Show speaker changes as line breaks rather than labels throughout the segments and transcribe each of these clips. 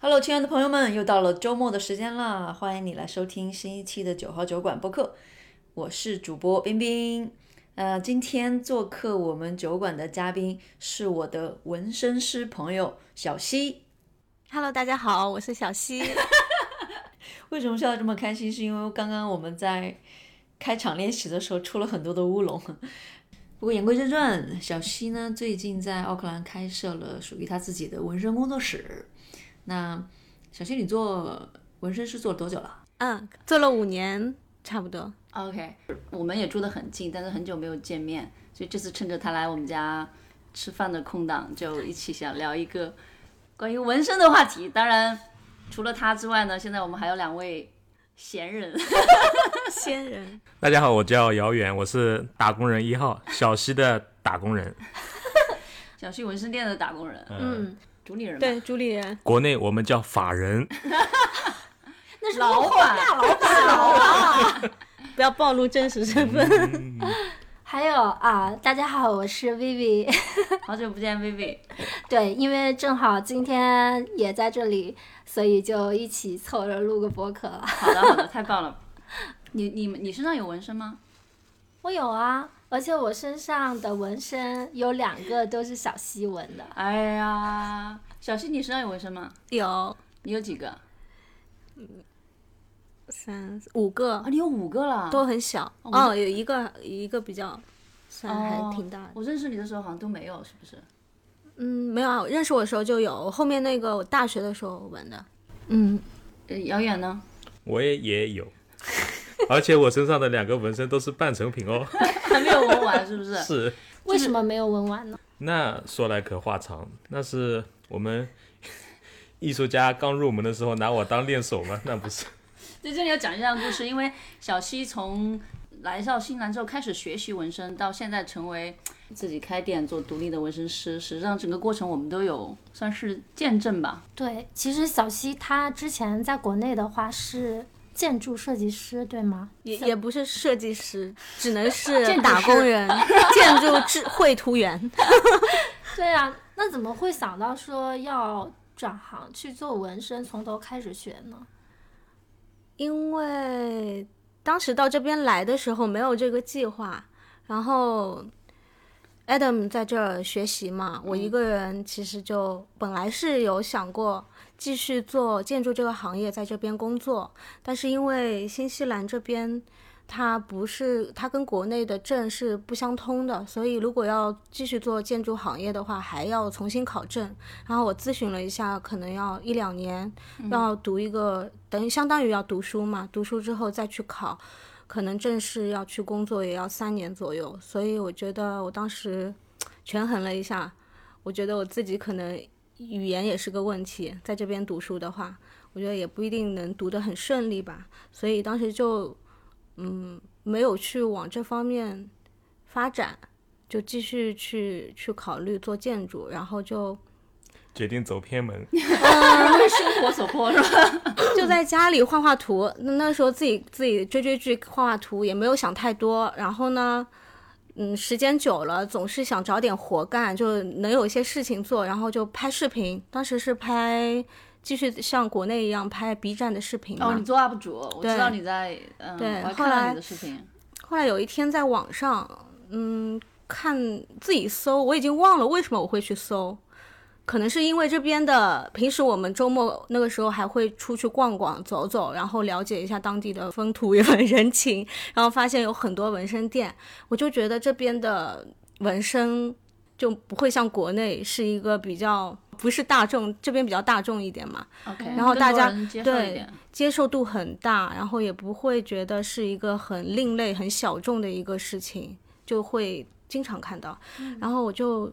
Hello，亲爱的朋友们，又到了周末的时间啦！欢迎你来收听新一期的九号酒馆播客，我是主播冰冰。呃，今天做客我们酒馆的嘉宾是我的纹身师朋友小溪。
Hello，大家好，我是小溪。
为什么笑得这么开心？是因为刚刚我们在开场练习的时候出了很多的乌龙。不过言归正传，小溪呢最近在奥克兰开设了属于他自己的纹身工作室。那小溪，你做纹身师做了多久了
嗯，做了五年，差不多。
OK，我们也住得很近，但是很久没有见面，所以这次趁着他来我们家吃饭的空档，就一起想聊一个关于纹身的话题。当然，除了他之外呢，现在我们还有两位闲人。
仙人，
大家好，我叫姚远，我是打工人一号，小溪的打工人。
小旭纹身店的打工人，
嗯，
嗯，
主理人吧，
对，主理人，
国内我们叫法人，
那
老板，
不要暴露真实身份。
嗯
还有啊，大家好，我是 Vivi。
好久不见，Vivi，
对，因为正好今天也在这里，所以就一起凑着录个播客了。
好的好的，太棒了。你你你身上有纹身吗？
我有啊，而且我身上的纹身有两个都是小溪纹的。
哎呀，小旭，你身上有纹身吗？
有
你有几个？啊、
三四五个，
哦你有五个了，
都很小。
哦
哦，有一个一个比较算
哦
还挺大的。
我认识你的时候好像都没有，是不是？
嗯，没有啊，我认识我的时候就有，后面那个我大学的时候纹的。
嗯，
呃，遥远 呢？
我也也有，而且我身上的两个纹身都是半成品哦。
还没有纹完，是不是？
是，
为什么没有纹完呢？
那说来可话长，那是我们艺术家刚入门的时候拿我当练手吗？那不是。
在这里要讲一下故事，因为小西从来到新西兰之后开始学习纹身，到现在成为自己开店做独立的纹身师，实际上整个过程我们都有算是见证吧。
对，其实小溪他之前在国内的话是建筑设计师，对吗？
也也不是设计师，只能 是
筑
打
师
工人、建筑制 绘图员。
对啊，那怎么会想到说要转行去做纹身，从头开始学呢？
因为当时到这边来的时候没有这个计划，然后 Adam 在这儿学习嘛，我一个人其实就本来是有想过继续做建筑这个行业，在这边工作，但是因为新西兰这边。它不是，它跟国内的证是不相通的，所以如果要继续做建筑行业的话，还要重新考证。然后我咨询了一下，可能要一两年，要读一个等于相当于要读书嘛，读书之后再去考，可能正式要去工作也要三年左右，所以我觉得我当时权衡了一下，我觉得我自己可能语言也是个问题，在这边读书的话，我觉得也不一定能读得很顺利吧，所以当时就嗯没有去往这方面发展，就继续去去考虑做建筑，然后就。
决定走偏门，
为生活所迫是 吧？
就在家里画画图，那那时候自己自己追追剧、画画图，也没有想太多。然后呢，嗯，时间久了，总是想找点活干，就能有一些事情做，然后就拍视频。当时是拍，继续像国内一样拍 B 站的视频嘛。
哦，你做 UP 主，我知
对
道你在，嗯，
对
我还
后
看到
来
你的视频。
后来有一天在网上，嗯，看自己搜，我已经忘了为什么我会去搜，可能是因为这边的平时我们周末那个时候还会出去逛逛、走走，然后了解一下当地的风土人情，然后发现有很多纹身店，我就觉得这边的纹身就不会像国内是一个比较不是大众，这边比较大众一点嘛，
OK，
然后大家
更多人接受一
对
点
接受度很大，然后也不会觉得是一个很另类、很小众的一个事情，就会经常看到。然后我就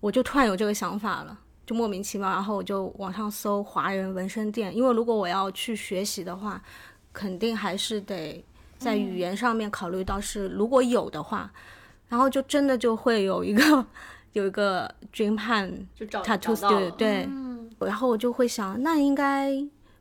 我就突然有这个想法了，就莫名其妙，然后我就网上搜华人纹身店，因为如果我要去学习的话，肯定还是得在语言上面考虑到是如果有的话，然后就真的就会有一个 有一个 dream pan
就找
tattoo
找到
studio
了
对。
嗯，
然后我就会想，那应该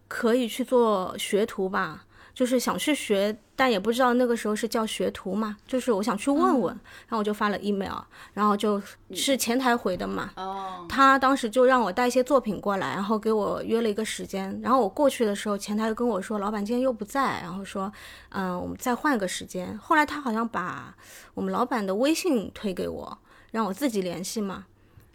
可以去做学徒吧？就是想去学，但也不知道那个时候是叫学徒嘛，就是我想去问问，
嗯
然后我就发了 email，然后就是前台回的嘛，
哦，
他当时就让我带一些作品过来，然后给我约了一个时间。然后我过去的时候，前台就跟我说，老板今天又不在，然后说，嗯，我们再换个时间。后来他好像把我们老板的微信推给我，让我自己联系嘛。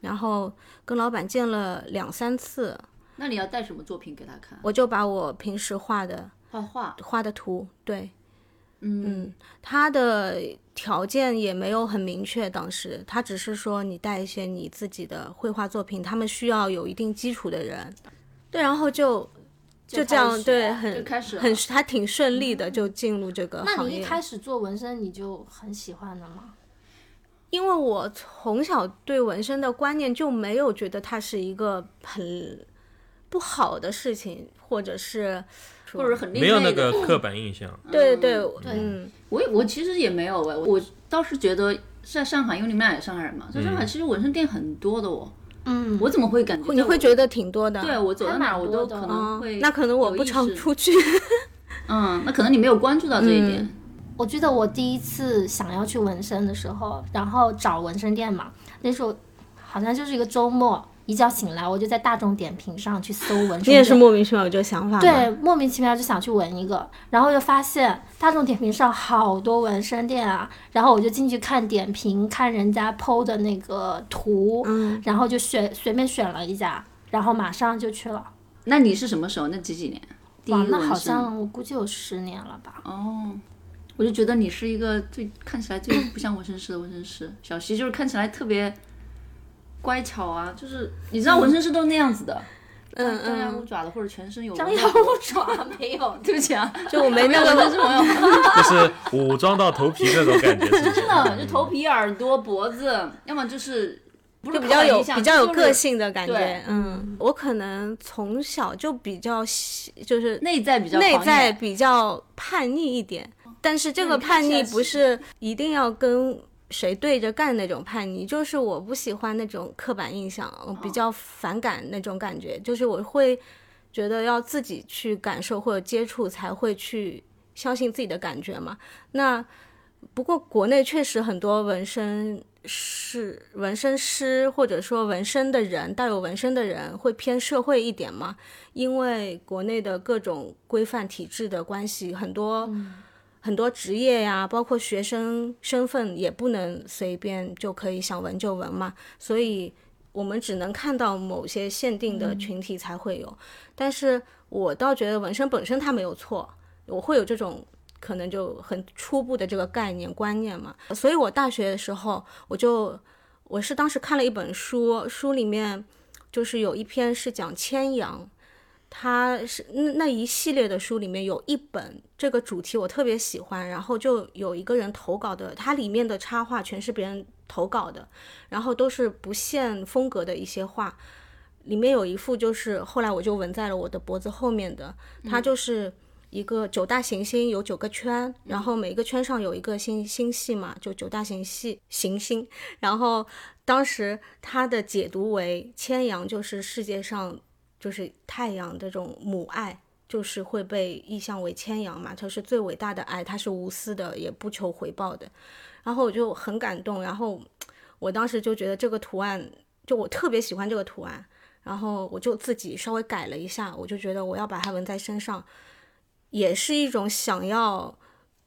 然后跟老板见了两三次，
那你要带什么作品给他看？
我就把我平时画的
画画，
画的图，对，
嗯，
嗯，他的条件也没有很明确，当时他只是说你带一些你自己的绘画作品，他们需要有一定基础的人，对，然后就就这
啊
样，对，
就
很
开始了嗯
很还挺顺利的就进入这个
那
行
你一
业。
开始做纹身你就很喜欢了吗？
因为我从小对纹身的观念就没有觉得它是一个很不好的事情，或者是
或者很另
没有那
类的
个刻板印象。
对对
对
嗯，
我也我其实也没有哎，我倒是觉得在上海，因为你们俩也上海人嘛，在上海其实纹身店很多的哦。
嗯，
我怎么会感觉？
你会觉得挺多的。
对我走到哪
还
儿
蛮
我
多
都
的
可
哦
能
嗯
会，
那可能我
有
不
意
常
识
出 去。
嗯，那可能你没有关注到这一点。
我记得我第一次想要去纹身的时候，然后找纹身店嘛，那时候好像就是一个周末，一觉醒来我就在大众点评上去搜纹
你
身
也是
店
莫名其妙有这个想法吗？
对，莫名其妙就想去纹一个，然后就发现大众点评上好多纹身店啊，然后我就进去看点评，看人家 PO 的那个图，
嗯，
然后就选随便选了一家，然后马上就去了。
那你是什么时候？那几几年？第一
哇，
个
那
纹
好
身
像我估计有十年了吧？
哦，我就觉得你是一个最看起来最不像纹身师的纹身师。小溪就是看起来特别乖巧啊，就是你知道纹身师都是那样子的，
嗯
张牙舞
嗯，
爪的或者全身有
张
纹
牙
的
舞 爪没有，
对不起啊，
就我没
没
那
有纹身
个，
师朋友。
就是武装到头皮那种感觉，是不是
真的，就头皮、耳朵、脖子，要么就是不是
就比较
刻板
有
印象
比较有个，
就
性的感
对
觉。嗯，我可能从小就比较喜就是
是内在比较
内
狂野
在比较叛逆一点，但是这
那
个
你看
叛
起来
逆
是
不是一定要跟谁对着干那种叛逆，就是我不喜欢那种刻板印象，我
嗯
比较反感那种感觉，就是我会觉得要自己去感受或者接触才会去相信自己的感觉嘛。那不过国内确实很多纹身。是纹身师或者说纹身的人，带有纹身的人会偏社会一点嘛？因为国内的各种规范体制的关系，很多、很多职业呀、包括学生身份也不能随便就可以想纹就纹嘛，所以我们只能看到某些限定的群体才会有。但是我倒觉得纹身本身它没有错，我会有这种。可能就很初步的这个概念观念嘛，所以我大学的时候，我就我是当时看了一本书，书里面就是有一篇是讲牵羊，它是那那一系列的书里面有一本这个主题我特别喜欢，然后就有一个人投稿的，它里面的插画全是别人投稿的，然后都是不限风格的一些画。里面有一幅就是后来我就纹在了我的脖子后面的，它就是一个九大行星有九个圈，然后每一个圈上有一个星星系嘛，就九大行系行星。然后当时它的解读为千阳就是世界上就是太阳这种母爱，就是会被意象为千阳嘛，它是最伟大的爱，它是无私的，也不求回报的。然后我就很感动，然后我当时就觉得这个图案，就我特别喜欢这个图案，然后我就自己稍微改了一下，我就觉得我要把它纹在身上，也是一种想要。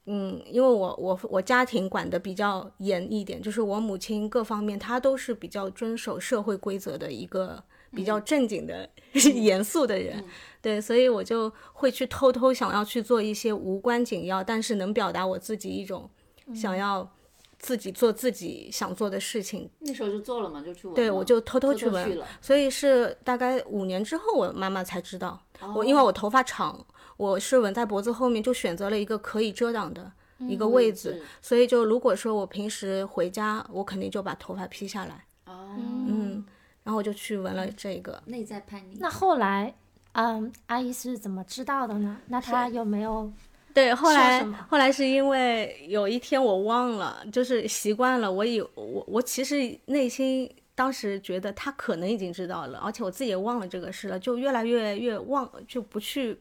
嗯，因为我我我家庭管得比较严一点，就是我母亲各方面她都是比较遵守社会规则的一个比较正经的、 严肃的
嗯
人，对，所以我就会去偷偷想要去做一些无关紧要，但是能表达我自己一种
嗯
想要自己做自己想做的事情。
那时候就做了嘛，就去纹了。
对，我就偷偷
偷
去纹，
了。
所以是大概五年之后，我妈妈才知道。我
哦
因为我头发长，我是纹在脖子后面，就选择了一个可以遮挡的一个位置，
嗯是
所以就如果说我平时回家，我肯定就把头发披下来，
哦，
嗯，然后我就去纹
嗯
了这个。
内在叛逆。
那后来，嗯，阿姨是怎么知道的呢？那她有没有？
对，后
是啊
来
什么
后来是因为有一天我忘了，就是习惯了。我以我我其实内心当时觉得他可能已经知道了，而且我自己也忘了这个事了，就越来越越忘，就不去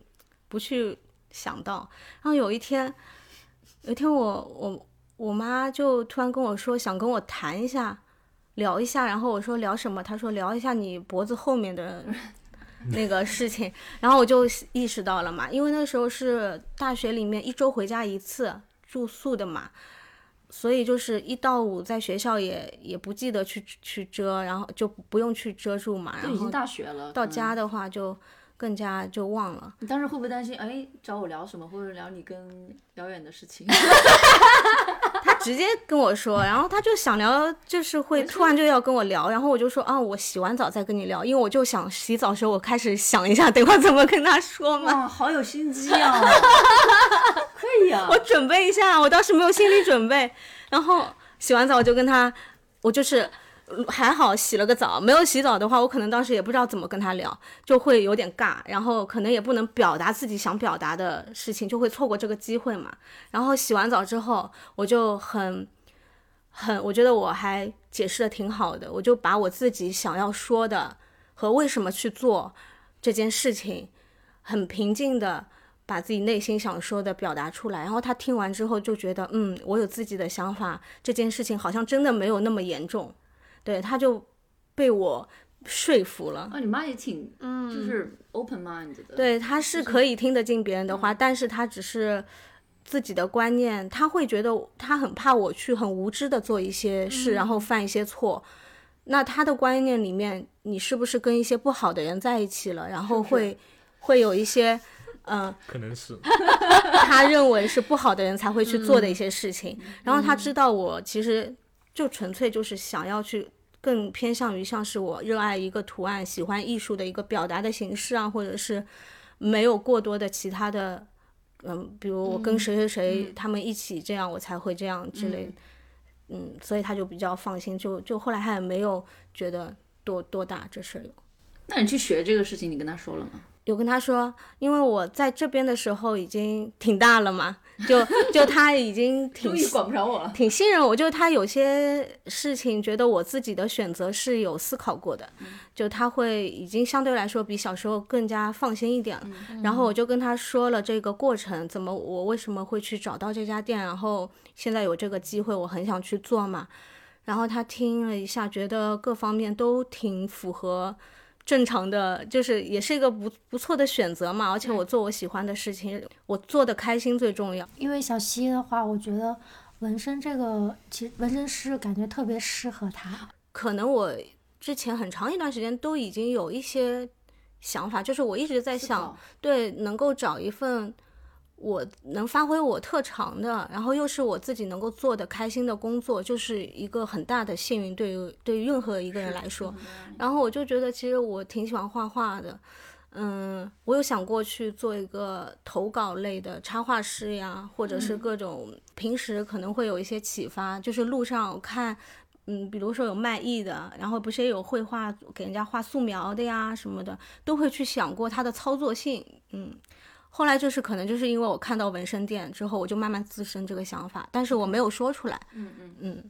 不去想到。然后有一天，有一天我我我妈就突然跟我说想跟我谈一下，聊一下。然后我说聊什么？她说聊一下你脖子后面的那个事情。然后我就意识到了嘛，因为那时候是大学里面一周回家一次住宿的嘛。所以就是一到五在学校也也不记得去去遮，然后就不用去遮住嘛。
都
然
已经
后
大学了，嗯
到
可能
家的话就更加就忘了。
你当时会不会担心？哎，找我聊什么？或者聊你跟遥远的事 情？
他直接跟我说，然后他就想聊，就是会突然就要跟我聊，然后我就说啊，我洗完澡再跟你聊，因为我就想洗澡的时候我开始想一下，等会儿怎么跟他说嘛，
哇，好有心机 啊！可以啊
我，准备一下，我当时没有心理准备，然后洗完澡我就跟他，我就是。呃还好洗了个澡，没有洗澡的话，我可能当时也不知道怎么跟他聊，就会有点尬，然后可能也不能表达自己想表达的事情，就会错过这个机会嘛。然后洗完澡之后，我就很很，我觉得我还解释的挺好的，我就把我自己想要说的和为什么去做这件事情，很平静的把自己内心想说的表达出来。然后他听完之后就觉得，嗯，我有自己的想法，这件事情好像真的没有那么严重，对，他就被我说服了。
啊，你妈也挺，就是 open mind 的。，
嗯
嗯
对，他是可以听得进别人的话，但是他只是自己的观念，他会觉得他很怕我去很无知的做一些
嗯
事，然后犯一些错。那他的观念里面，你是不是跟一些不好的人在一起了？然后
是不是
会会有一些，嗯、
可能是
他认为是不好的人才会去做的一些事情。然后他知道我其实就纯粹就是想要去更偏向于像是我热爱一个图案、喜欢艺术的一个表达的形式啊，或者是没有过多的其他的。嗯，比如我跟谁谁谁他们一起这样，我才会这样之类的，嗯，所以他就比较放心，就就后来他也没有觉得多多大这事儿有。
那你去学这个事情，你跟她说了吗？
有跟他说，因为我在这边的时候已经挺大了嘛，就就他已经挺
终于管不着我了。
挺信任我，就他有些事情觉得我自己的选择是有思考过的，就他会已经相对来说比小时候更加放心一点了。然后我就跟他说了这个过程，怎么我为什么会去找到这家店，然后现在有这个机会，我很想去做嘛。然后他听了一下，觉得各方面都挺符合正常的，就是也是一个不不错的选择嘛。而且我做我喜欢的事情，我做的开心最重要。
因为小溪的话，我觉得纹身这个，其实纹身师感觉特别适合他。
可能我之前很长一段时间都已经有一些想法，就是我一直在想，对，能够找一份我能发挥我特长的，然后又是我自己能够做的开心的工作，就是一个很大的幸运，对于对于任何一个人来说。
嗯
然后我就觉得，其实我挺喜欢画画的。嗯，我有想过去做一个投稿类的插画师呀，或者是各种、平时可能会有一些启发，就是路上我看嗯，比如说有卖艺的，然后不是也有绘画给人家画素描的呀什么的，都会去想过它的操作性。嗯，后来就是可能就是因为我看到纹身店之后，我就慢慢滋生这个想法，但是我没有说出来。嗯嗯嗯。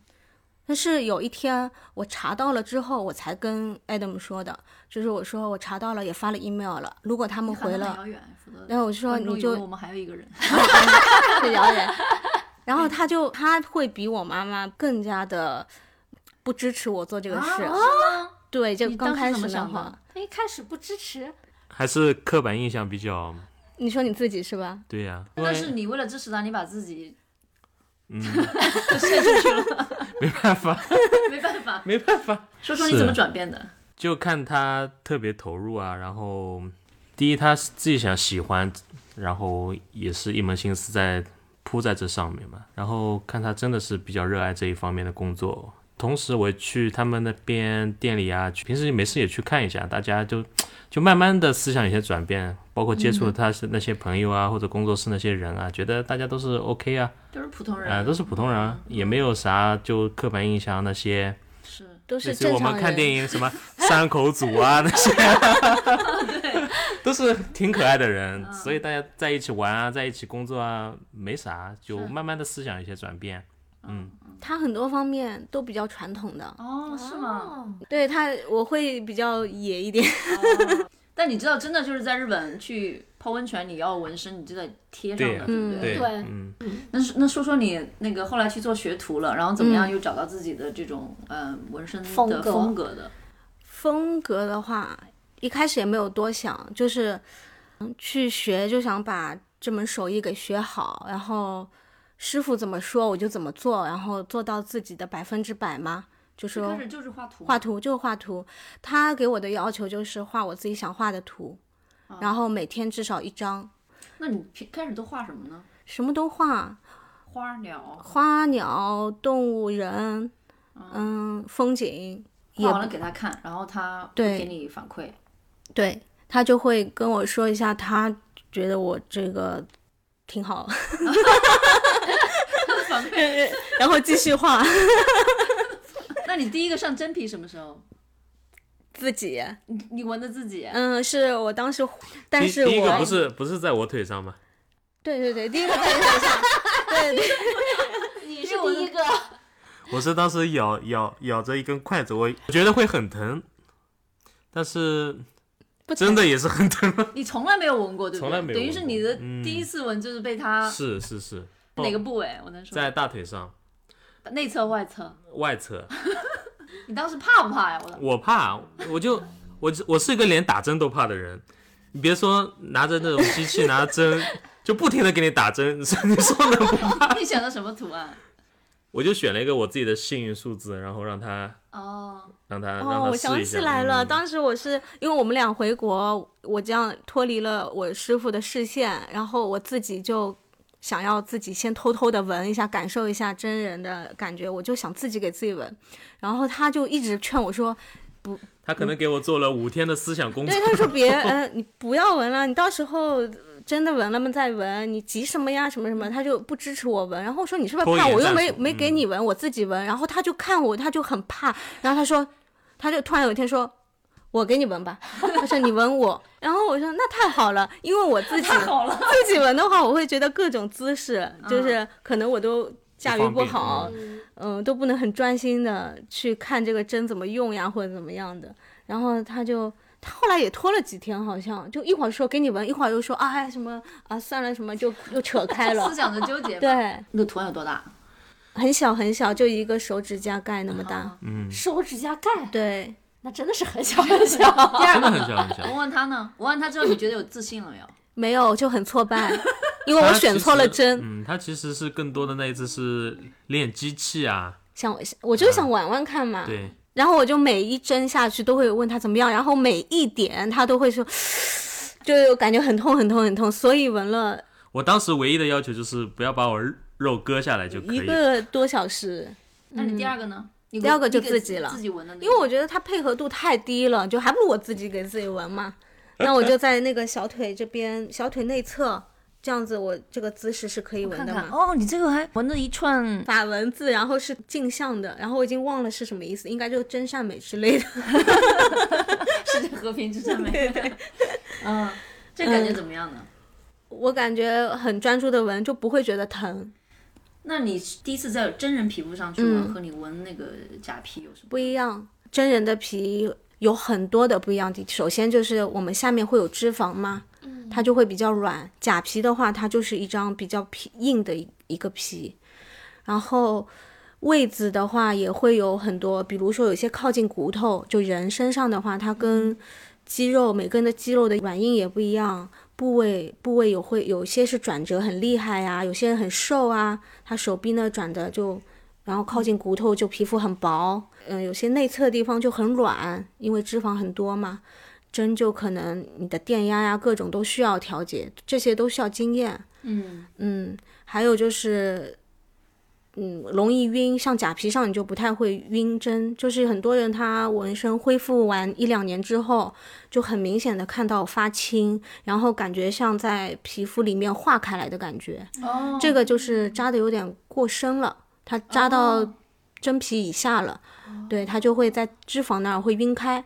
但是有一天我查到了之后，我才跟 Adam 说的，就是我说我查到了，也发了 email 了，如果他们回了，
遥远，否则
然后我说
观众
你
以为
就
我们还有一个人。
是遥远。然后他就他会比我妈妈更加的不支持我做这个 事。
哦
对，就
你
刚
当时
开
怎
始
么
的
想
话
的，
他一开始不支持，
还是刻板印象比较
你说你自己是吧？
对呀、因
但是
为
你为了支持他，你把自己
没办法，
没办法。
没办法，
说说你怎么转变的？
就看他特别投入啊。然后，第一他自己想喜欢，然后也是一门心思在扑在这上面嘛。然后看他真的是比较热爱这一方面的工作。同时，我也去他们那边店里啊，去平时没事也去看一下，大家就就慢慢的思想有些转变，包括接触他是那些朋友啊，或者工作室那些人啊，觉得大家都是 OK 啊，
就是普通人，
啊、都是普通人啊，也没有啥就刻板印象那些。
是
都
类
是
似于
正
我
常
们
人。
看电影什么山口组啊那些， 都是挺可爱的人，所以大家在一起玩啊，在一起工作啊，没啥，就是慢慢的思想有些转变。嗯，
他很多方面都比较传统的，
哦，是吗？
哦
对他我会比较野一点。
哦但你知道，真的就是在日本去泡温泉你要纹身，你就得贴上的，
对
不
对，
对
嗯，
那是那说说你那个后来去做学徒了，然后怎么
嗯
样又找到自己的这种、呃纹身的
风格
风格的？
风格的话，一开始也没有多想，就是嗯去学就想把这门手艺给学好，然后师傅怎么说我就怎么做，然后做到自己的百分之百嘛。就
一
说
开始就是画图，
画图就是画图，他给我的要求就是画我自己想画的图，
啊
然后每天至少一张，
那你平开始都画什么呢？
什么都画，
花鸟，
花鸟、动物、人，嗯，风景，也
啊画完了给他看，然后他会
对
给你反馈。
对他就会跟我说一下，他觉得我这个挺好，
反馈。
然后继续画
那你第一个上真皮什么时候？
自己。
你你纹的自己？
嗯，是我当时，但
第
是
第一个
我
不是不是在我腿上吗？
对对对，第一个在想象，对对
你是第一个，
我是当时咬咬咬着一根筷子，我我觉得会很疼，但是
不
真的也是很疼。
你从来没有纹过，对不对？
从来没有
等于是你的
纹过嗯
第一次纹就是被他、
是是是，
啊哪个部位？我能说
在大腿上
内侧、外侧？
外侧，
你当时怕不怕呀？我的
我怕，我就我我是一个连打针都怕的人，你别说拿着那种机器拿着针，就不停的给你打针，你说能不 怕？
你选的什么图案？
我就选了一个我自己的幸运数字，然后让他
哦，
让他让
哦，
他
我
试
想
一下。
起来了，
嗯
当时我是因为我们俩回国，我这样脱离了我师傅的视线，然后我自己就想要自己先偷偷的闻一下，感受一下真人的感觉，我就想自己给自己闻，然后他就一直劝我说，
他可能给我做了五天的思想工作
对，，他说别，呃，你不要闻了，你到时候呃真的闻了嘛再闻，你急什么呀，什么什么，他就不支持我闻。然后我说你是不是
拖
怕？
延
我又
战
没
术
没给你闻，我自己闻。然后他就看我，他就很怕。然后他说，他就突然有一天说。我给你闻吧， 他说你闻我，然后我说那太好了，因为我 自己
好了，
自己闻的话，我会觉得各种姿势
嗯
就是可能我都驾驭不好，嗯，都不能很专心的去看这个针怎么用呀，或者怎么样的。然后他就他后来也拖了几天，好像就一会儿说给你闻，一会儿又说哎什么啊算了什么，就又扯开 了
思。想的纠结。，
对，
那个图案有多大？
很小很小，就一个手指甲盖那么大
啊。
手指甲盖，
对，
那真的是 很小很小。
第二个
真的很
呢？
小很小。
哦
我问他呢，我问他之后，你觉得有自信了没有？
没有就很挫败，因为我选错了针，
嗯，他其实是更多的那一次是练机器啊，
想我就想玩玩看嘛。
对，
然后我就每一针下去都会问他怎么样，然后每一点他都会说， 就感觉很痛很痛很痛，所以纹了
我当时唯一的要求就是不要把我肉割下来就可
一
以。
个多小时，
那你第二个呢？你
第二个
你
就
给
自己了
自己闻的那个，
因为我觉得他配合度太低了，就还不如我自己给自己纹 嘛。那我就在那个小腿这边，小腿内侧这样子，我这个姿势是可以纹
看
的嘛
看。哦，你这个还纹了一串，
法文字，然后是镜像的，然后我已经忘了是什么意思，应该就是真善美之 类的。
是和平之战没？对对， 嗯，这感觉怎么样呢？
我感觉很专注的纹，就不会觉得疼。
那你第一次在真人皮肤上去纹，和你纹那个假皮有什么？
不一样，真人的皮有很多的不一样地。首先就是我们下面会有脂肪嘛，它就会比较软。假皮的话，它就是一张比较皮硬的一一个皮。然后位置的话也会有很多，比如说有些靠近骨头，就人身上的话，它跟肌肉每个人的肌肉的软硬也不一样。部位部位有会有些是转折很厉害啊，有些人很瘦啊，他手臂呢转的就然后靠近骨头就皮肤很薄，嗯、有些内侧地方就很软，因为脂肪很多嘛，针就可能你的电压呀、各种都需要调节，这些都需要经验。
嗯，
嗯，还有就是，嗯，容易晕，像假皮上你就不太会晕针，就是很多人他纹身恢复完一两年之后，就很明显的看到发青，然后感觉像在皮肤里面化开来的感觉。
哦，
这个就是扎的有点过深了，它扎到真皮以下了，对，它就会在脂肪那儿会晕开，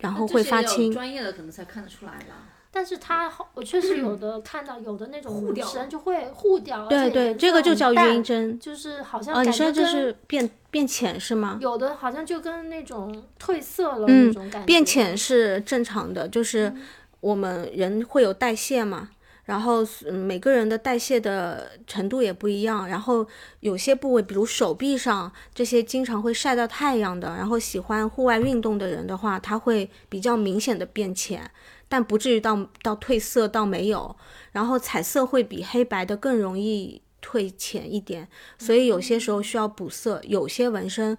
然后会发
这是有
青。
专业的可能才看得出来吧。
但是它好，我确实有
嗯
的看到有的那种
护
纹
掉
身就会护掉，而
对
且
对，
颜
这个
色
就
很
叫
淡
晕针
就是好像
啊！你
感
说
觉
这
跟
是变变浅是吗？
有的好像就跟那种褪色了
嗯
那种感觉，嗯
变浅是正常的，就是。我们人会有代谢嘛，然后嗯每个人的代谢的程度也不一样，然后有些部位，比如手臂上这些经常会晒到太阳的，然后喜欢户外运动的人的话，他会比较明显的变浅，但不至于到到褪色到没有，然后彩色会比黑白的更容易褪浅一点，所以有些时候需要补色，有些纹身。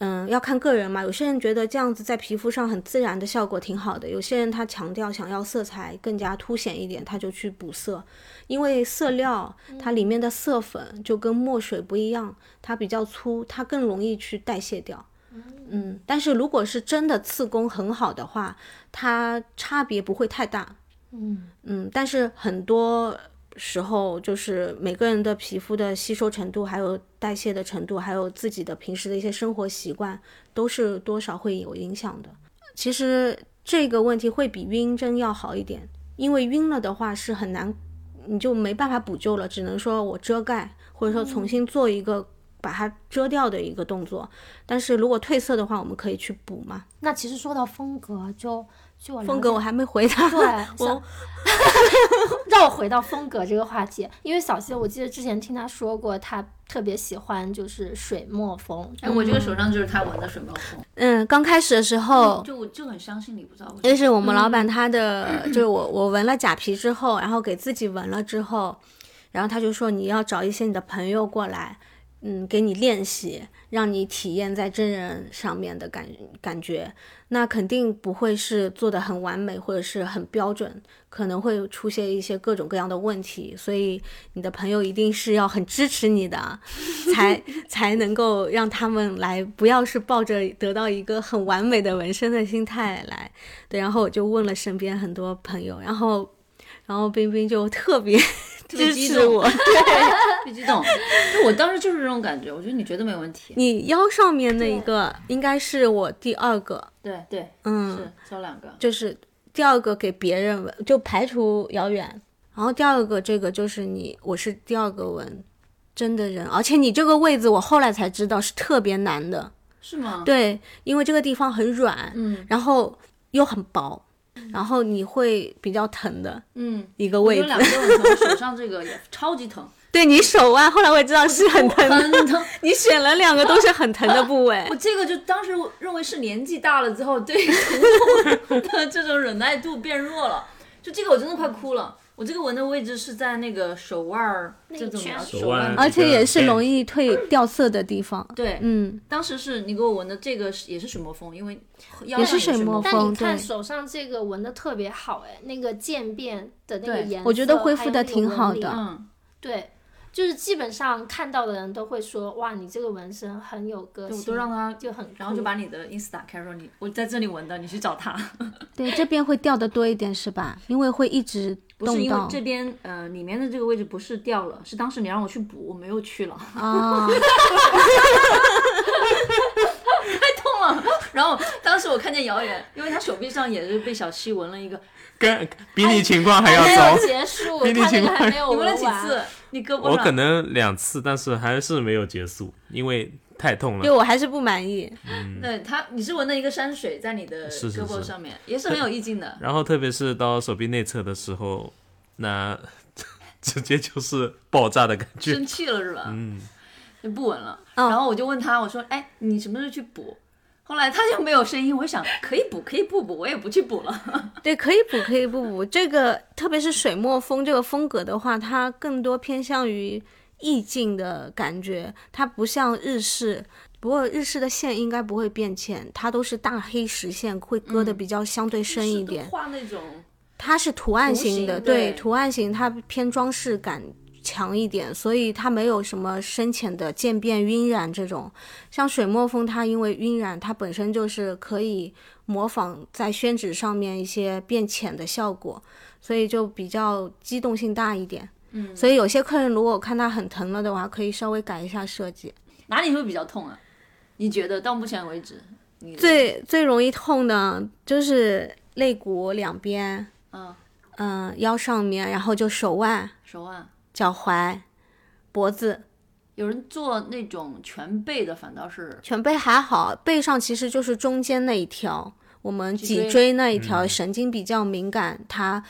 嗯，要看个人嘛。有些人觉得这样子在皮肤上很自然的效果挺好的，有些人他强调想要色彩更加凸显一点，他就去补色，因为色料它里面的色粉就跟墨水不一样，它比较粗，它更容易去代谢掉。嗯，但是如果是真的刺工很好的话，它差别不会太大。
嗯，
嗯，但是很多时候就是每个人的皮肤的吸收程度，还有代谢的程度，还有自己的平时的一些生活习惯，都是多少会有影响的。其实这个问题会比晕针要好一点，因为晕了的话是很难，你就没办法补救了，只能说我遮盖，或者说重新做一个把它遮掉的一个动作。但是如果褪色的话，我们可以去补嘛。
那其实说到风格，就就我了
风格我
解
还没回答，
对
我
像让我回到风格这个话题，因为小谢，我记得之前听他说过，他特别喜欢就是水墨风，
哎，
嗯
我这个手上就是他纹的水墨风，
嗯，刚开始的时候，
就我就很相信你，不知道为什
那
么。
是我们老板他的，就是我我纹了假皮之后，然后给自己纹了之后，然后他就说你要找一些你的朋友过来，嗯，给你练习，让你体验在真人上面的感感觉。那肯定不会是做的很完美或者是很标准，可能会出现一些各种各样的问题，所以你的朋友一定是要很支持你的，才才能够让他们来，不要是抱着得到一个很完美的纹身的心态来。对，然后我就问了身边很多朋友，然后，然后冰冰就特别
别
支
激
持
动
我。对
别激动，就我当时就是这种感觉，我觉得你绝对没问题。
你腰上面那一个应该是我第二个，
对对，
嗯
是，挑两个，
就是第二个给别人纹，就排除遥远。然后第二个这个就是你，我是第二个纹真的人，而且你这个位置我后来才知道是特别难的，
是吗？，
对，因为这个地方很软，
嗯
然后又很薄，然后你会比较疼的
嗯，
一个
我
位
有
置
两。个纹痕，手上这个也超级疼，
对你手腕，后来我知道是很疼的。
很疼。
你选了两个都是很疼的部位
我，这个就当时我认为是年纪大了之后对疼痛的这种忍耐度变弱了，就这个我真的快哭了。我这个纹的位置是在那个手腕儿这种描
手腕
而且也是容易褪掉色的地方。
对，
嗯，
当时是你给我纹的这个是也是水墨风，因为腰
也
上
是水墨
墨
风
但你看
对
手上这个纹的特别好，哎，那个渐变的那个
对
颜色，
我觉得恢复
还有
得
那个
挺
纹
好
理
的
嗯，
对，就是基本上看到的人都会说，哇，你这个纹身很有个
对，
性，
我都让他，
就很酷，
然后就把你的 ins 打开说你我在这里纹的，你去找他。
对，这边会掉的多一点是吧？因为会一直
不是
动
因为
到
这边呃里面的这个位置不是掉了，是当时你让我去补，我没有去了，
啊。
痛了。然后当时我看见姚远，因为他手臂上也是被小七纹了一个，
跟比你情况还要
哎
没
糟
有。结束，
比你
他那
情
个
况
还没有
你纹了
完
几次？你胳膊上
我可能两次，但是还是没有结束，因为太痛
对
了。
我还是不满意，
对他，你是纹了一个山水在你的
是是
胳膊
是
上面，也是很有意境 的。
然后特别是到手臂内侧的时候，那直接就是爆炸的感觉
生。气了是吧？
嗯，
就不纹了。
嗯
然后我就问他，我说：“哎，你什么时候去补？”后来他就没有声音，我想可以补，可以不补，我也不去补了。
对，可以补，可以不补。这个特别是水墨风这个风格的话，它更多偏向于意境的感觉，它不像日式。不过日式的线应该不会变浅，它都是大黑实线，会割的比较相对深一 点。
画那种，
它是图案型的，
图形对
图案型它偏装饰感强一点，所以它没有什么深浅的渐变、晕染这种。像水墨风，它因为晕染，它本身就是可以模仿在宣纸上面一些变浅的效果，所以就比较机动性大一点。
嗯，
所以有些客人如果我看他很疼了的话，可以稍微改一下设计。
哪里会比较痛啊？你觉得到目前为止，你
最最容易痛的就是肋骨两边，
嗯
嗯、腰上面，然后就手腕。
手腕，
脚踝、脖子、
有人做那种全背的，反倒是
全背还好，背上其实就是中间那一条。我们
脊
脊
椎
椎那一条神经比较敏感，它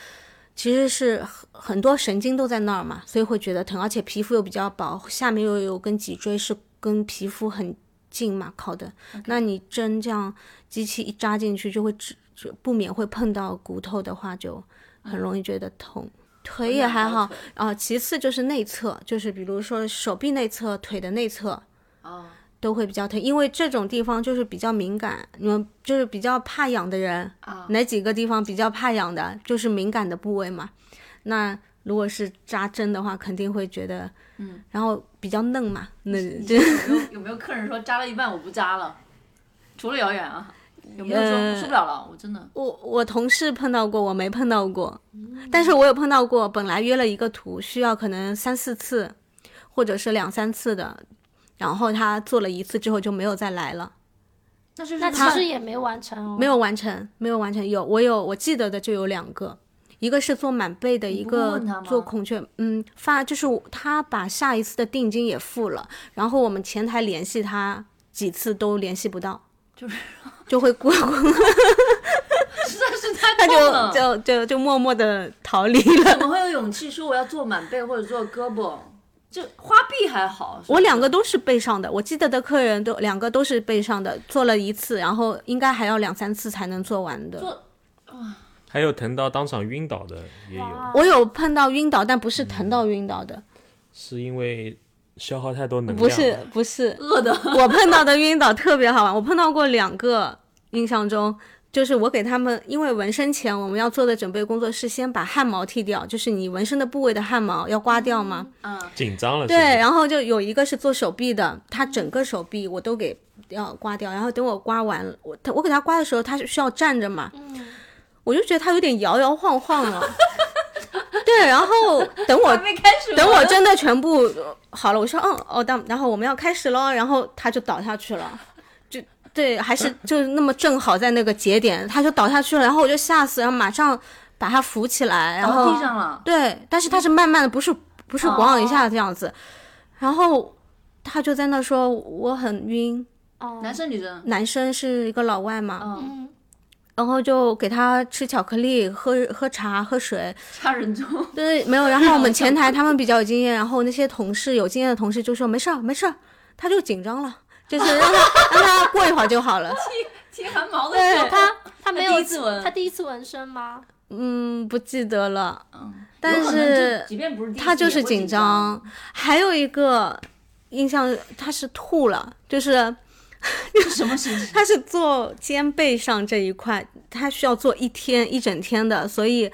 其实是很很多神经都在那儿嘛，所以会觉得疼，而且皮肤又比较薄，下面又有跟脊椎是跟皮肤很近嘛靠的那你针这样机器一扎进去，就会只就不免会碰到骨头的话，就
嗯
很容易觉得痛。腿也还好
我哪条腿
啊、其次就是内侧，就是比如说手臂内侧、腿的内侧，
哦，
都会比较疼，因为这种地方就是比较敏感，你们就是比较怕痒的人，
啊
哪几个地方比较怕痒的，就是敏感的部位嘛。那如果是扎针的话，肯定会觉得，嗯，然后比较嫩嘛，那这
有没有有没有客人说扎了一半我不扎了？除了遥远啊，有没有说
呃
受不了了？我真的
我我同事碰到过，我没碰到过，但是我有碰到过，本来约了一个图，需要可能三四次，或者是两三次的，然后他做了一次之后就没有再来了。
那就是
那其
他
实也没完成哦，
没有完成，没有完成。有我有我记得的就有两个，一个是做满背的，
你
一
不会
个
问他吗
做孔雀。嗯，发就是我他把下一次的定金也付了，然后我们前台联系他几次都联系不到，
就是
就会过，
实在是太
他
痛了
就就就就默默的逃离了。
怎么会有勇气说我要做满背或者做胳膊？就花臂还好，是吧
我两个都是背上的，我记得的客人都两个都是背上的，做了一次，然后应该还要两三次才能做完的。
做
还有疼到当场晕倒的也有，
我有碰到晕倒，但不是疼到晕倒的，
是因为消耗太多能量，
不是不是，
饿的，
我碰到的晕倒特别好玩，我碰到过两个，印象中就是我给他们，因为纹身前我们要做的准备工作是先把汗毛剃掉，就是你纹身的部位的汗毛要刮掉嘛。
嗯，
紧张了，
对，
是不是
然后就有一个是做手臂的，他整个手臂我都给要刮掉，然后等我刮完，我他我给他刮的时候，他是需要站着嘛，
嗯
我就觉得他有点摇摇晃晃了。 对，然后等我
还没开始玩，
等我真的全部呃好了，我说嗯哦，当然后我们要开始喽，然后他就倒下去了，就对，还 是就是那么正好在那个节点，他就倒下去了，然后我就吓死，然后马上把他扶起来，然
倒
后
地上了，
对，但是他是慢慢的，不是不是咣一下这样子，然后他就在那说我很晕，
哦
男生女生，
男生是一个老外嘛，
嗯，
嗯，
然后就给他吃巧克力、喝喝茶、喝水，
差人 中，
对，没有。然后我们前台他们比较有经验，然后那些同事有经验的同事就说没事儿没事儿，他就紧张了，就是让他让他过一会儿就好了。
剃汗毛的时候
对，他，
他没
他
有
第一次纹
他第一次纹身吗？
嗯不记得了，
嗯，
但
有可能
是
就即便不是第一次
他就是
也会紧
紧张，。还有一个印象他是吐了，就是
是什么事情？
他是做肩背上这一块，他需要做一天一整天的，所以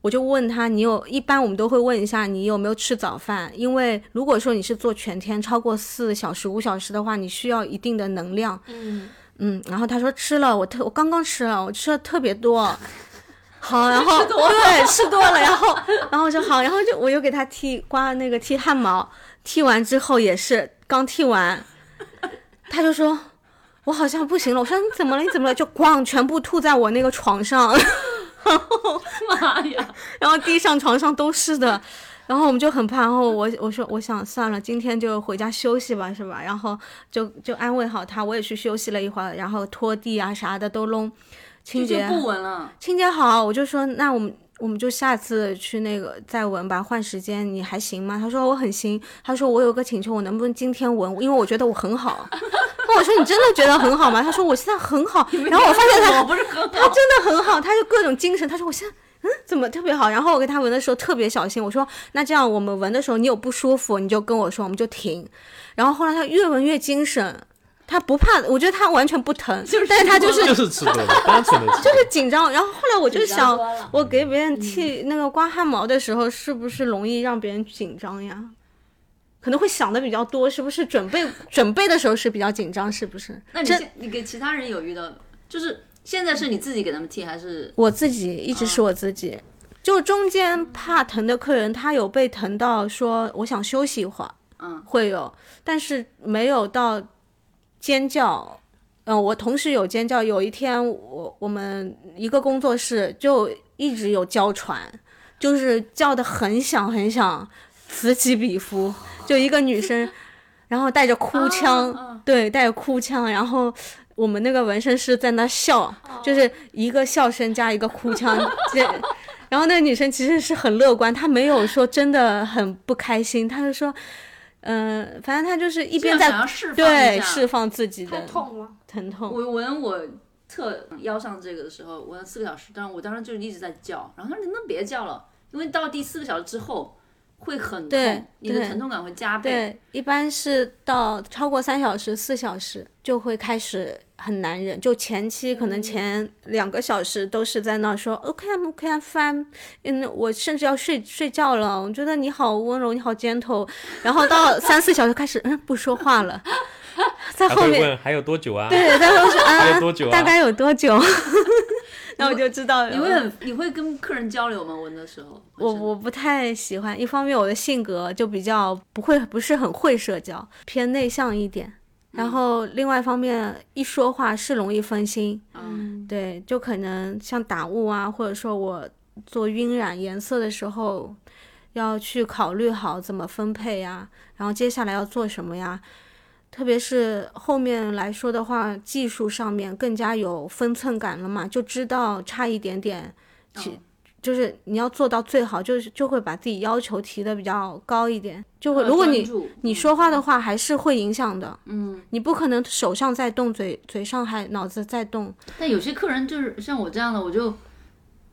我就问他，你有一般我们都会问一下你有没有吃早饭，因为如果说你是做全天超过四小时五小时的话，你需要一定的能量，
嗯，
嗯，然后他说吃了，我特我刚刚吃了，我吃了特别 多。好，然后对吃多了，然后然后我说好，然后就我又给他剃刮那个剃汗毛，剃完之后也是刚剃完，他就说我好像不行了，我说你怎么了？你怎么了？就咣全部吐在我那个床上，
妈呀！
然后地上床上都是的，然后我们就很怕，然后我我说我想算了，今天就回家休息吧，是吧？然后就就安慰好他，我也去休息了一会儿，然后拖地啊啥的都弄清
就
洁
不闻了，
清洁好，我就说那我们。我们就下次去那个再闻吧，换时间。你还行吗？他说我很行。他说我有个请求，我能不能今天闻？因为我觉得我很好。 那我说你真的觉得很好吗？他说我现在很好。然后我发现他
我不是很
他
好，
真的很好，他就各种精神。他说我现在嗯怎么特别好，然后我给他闻的时候特别小心。我说那这样我们闻的时候你有不舒服你就跟我说，我们就停。然后后来他越闻越精神，他不怕，我觉得他完全不 疼，
就是
但是他就是
就。是吃多了，单纯的吃多了。
就是紧张，然后后来我就
紧张
想
多了，
我给别人剃那个刮汗毛的时候，是不是容易让别人紧张呀？
嗯
可能会想的比较多，是不是准备准备的时候是比较紧张，是不是？
那你
真
现你给其他人有遇到，就是现在是你自己给他们剃还是？
我自己一直是我自己。就中间怕疼的客人，他有被疼到说我想休息一会儿，
嗯，
会有，但是没有到尖叫。嗯，我同事有尖叫。有一天我，我们一个工作室就一直有娇喘，就是叫的很响很响，此起彼伏。就一个女生，然后带着哭腔，
啊
对，带着哭腔，然后我们那个纹身师在那笑，就是一个笑声加一个哭腔。 这然后那个女生其实是很乐观，她没有说真的很不开心，她就说，嗯、反正她就是一边
想要
在
释放一
对
下
释放自己
太
的
痛了。
疼痛。
我闻我测腰上这个的时候，闻了四个小时，但是我当时就一直在叫，然后他说你能别叫了，因为到第四个小时之后会很
对
痛，你的
对
疼痛感会加倍。
对，一般是到超过三小时、四小时就会开始很难忍，就前期可
嗯
能前两个小时都是在那说 OK I'm OK I'm fine，嗯，我甚至要睡睡觉了，我觉得你好温柔，你好 gentle，然后到三四小时开始嗯不说话了，在
还
后
会
面
问还有多久啊？
对，在后面说
还有
啊
多久啊？
大概有多久， 那我就知道了。
你会很你会跟客人交流吗？闻的时候，
我
纹身
我不太喜欢，一方面我的性格就比较不会，不是很会社交，偏内向一点。
嗯
然后另外一方面，一说话是容易分心，
嗯
对，就可能像打雾啊，或者说我做晕染颜色的时候，要去考虑好怎么分配呀，然后接下来要做什么呀。特别是后面来说的话，技术上面更加有分寸感了嘛，就知道差一点点，
嗯
就是你要做到最好，就是就会把自己要求提的比较高一点，就会
要
如果
专
你
注
你
嗯
说话的话还是会影响的，
嗯，
你不可能手上在动，嘴嘴上还脑子在动，
但有些客人就是像我这样的，我就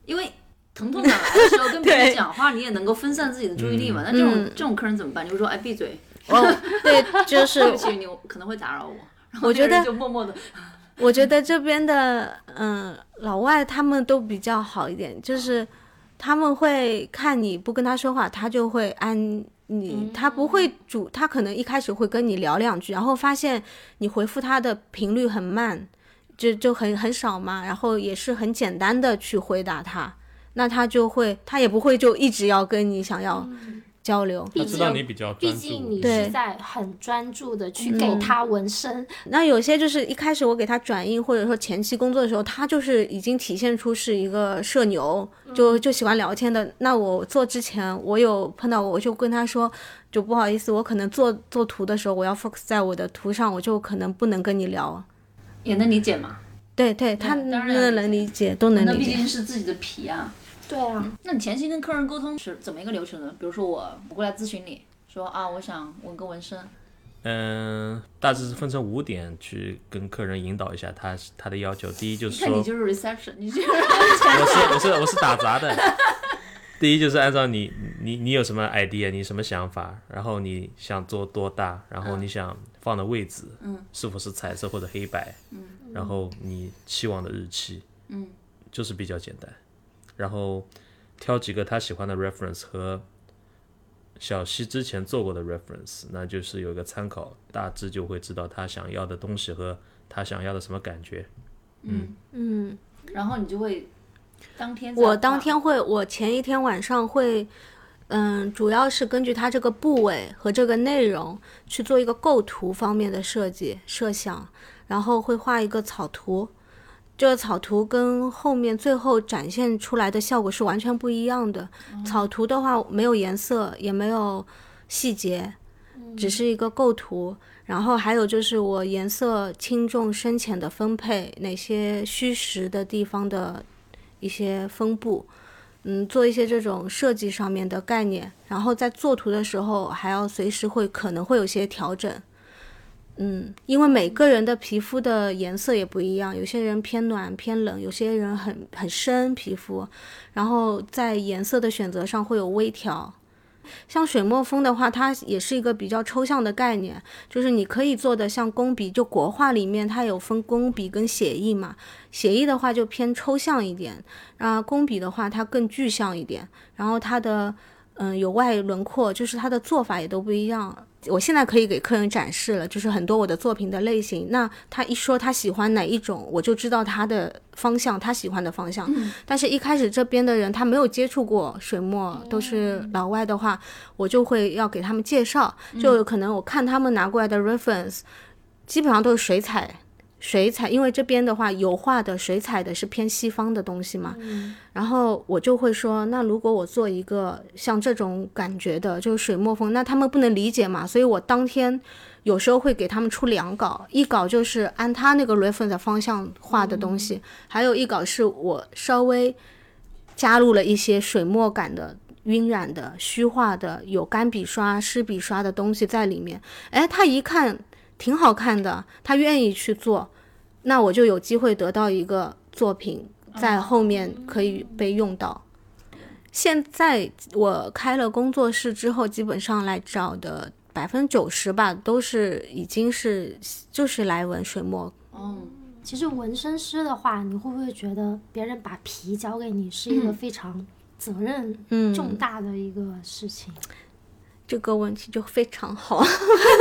因为疼痛感来的 时候跟别人
对嗯
讲话，你也能够分散自己的注意力嘛。那这种这种客人怎么办？你会说哎闭嘴，
哦， 对，就
对不
是
起，你可能会打扰我。然后
我觉
那个人就
得
默默的，
我觉得这边的嗯老外他们都比较好一点，就是他们会看你不跟他说话，他就会安你，他不会主，他可能一开始会跟你聊两句，然后发现你回复他的频率很慢，就就很很少嘛，然后也是很简单的去回答他，那他就会他也不会就一直要跟你想要
嗯
交流，
他
毕
知道
竟
你比较
毕
专
竟
注
你，
对
是在很专注的去给他纹身，
那有些就是一开始我给他转印，或者说前期工作的时候，他就是已经体现出是一个社牛，就就喜欢聊天的。那我做之前，我有碰到过，我就跟他说，就不好意思，我可能做做图的时候，我要 focus 在我的图上，我就可能不能跟你聊。
也能理解嘛。
对对，他
当然
那能理解，都能
那
理
毕
解。
竟是自己的皮啊。
对啊，
那你前期跟客人沟通是怎么一个流程呢？比如说我我过来咨询你说啊，我想纹个纹身，
嗯，大致是分成五点去跟客人引导一下他他的要求。第一就
一
是
看
说
你，就是 reception，你就是
我是我是我是打杂的。第一就是按照你你你有什么 idea，你什么想法，然后你想做多大，然后你想放的位置，嗯，是否是彩色或者黑白，嗯，然后你期望的日期，
嗯，
就是比较简单，然后挑几个他喜欢的 reference 和小西之前做过的 reference，那就是有一个参考，大致就会知道他想要的东西和他想要的什么感觉，
嗯，
然后你就会当天再
我
画
当天会，我前一天晚上会，嗯，主要是根据他这个部位和这个内容去做一个构图方面的设计设想，然后会画一个草图。这个草图跟后面最后展现出来的效果是完全不一样的。草图的话没有颜色，也没有细节，只是一个构图。然后还有就是我颜色轻重深浅的分配，哪些虚实的地方的一些分布，嗯，做一些这种设计上面的概念，然后在做图的时候还要随时会可能会有些调整，嗯，因为每个人的皮肤的颜色也不一样，有些人偏暖偏冷，有些人很很深皮肤，然后在颜色的选择上会有微调。像水墨风的话，它也是一个比较抽象的概念，就是你可以做的像工笔，就国画里面它有分工笔跟写意嘛，写意的话就偏抽象一点，啊，工笔的话它更具象一点，然后它的嗯有外轮廓，就是它的做法也都不一样。我现在可以给客人展示了，就是很多我的作品的类型。那他一说他喜欢哪一种，我就知道他的方向，他喜欢的方向。但是，一开始这边的人他没有接触过水墨，都是老外的话，我就会要给他们介绍。就有可能我看他们拿过来的 reference，基本上都是水彩水彩，因为这边的话油画的水彩的是偏西方的东西嘛，然后我就会说，那如果我做一个像这种感觉的，就是水墨风，那他们不能理解嘛，所以我当天有时候会给他们出两稿，一稿就是按他那个 reference 的方向画的东西，还有一稿是我稍微加入了一些水墨感的。晕染的、虚化的、有干笔刷、湿笔刷的东西在里面，哎，他一看挺好看的，他愿意去做，那我就有机会得到一个作品，在后面可以被用到。现在我开了工作室之后，基本上来找的百分之九十吧，都是已经是就是来纹水墨。
嗯
其实纹身师的话，你会不会觉得别人把皮交给你是一个非常责任
嗯，
重大的一个事情？
这个问题就非常好。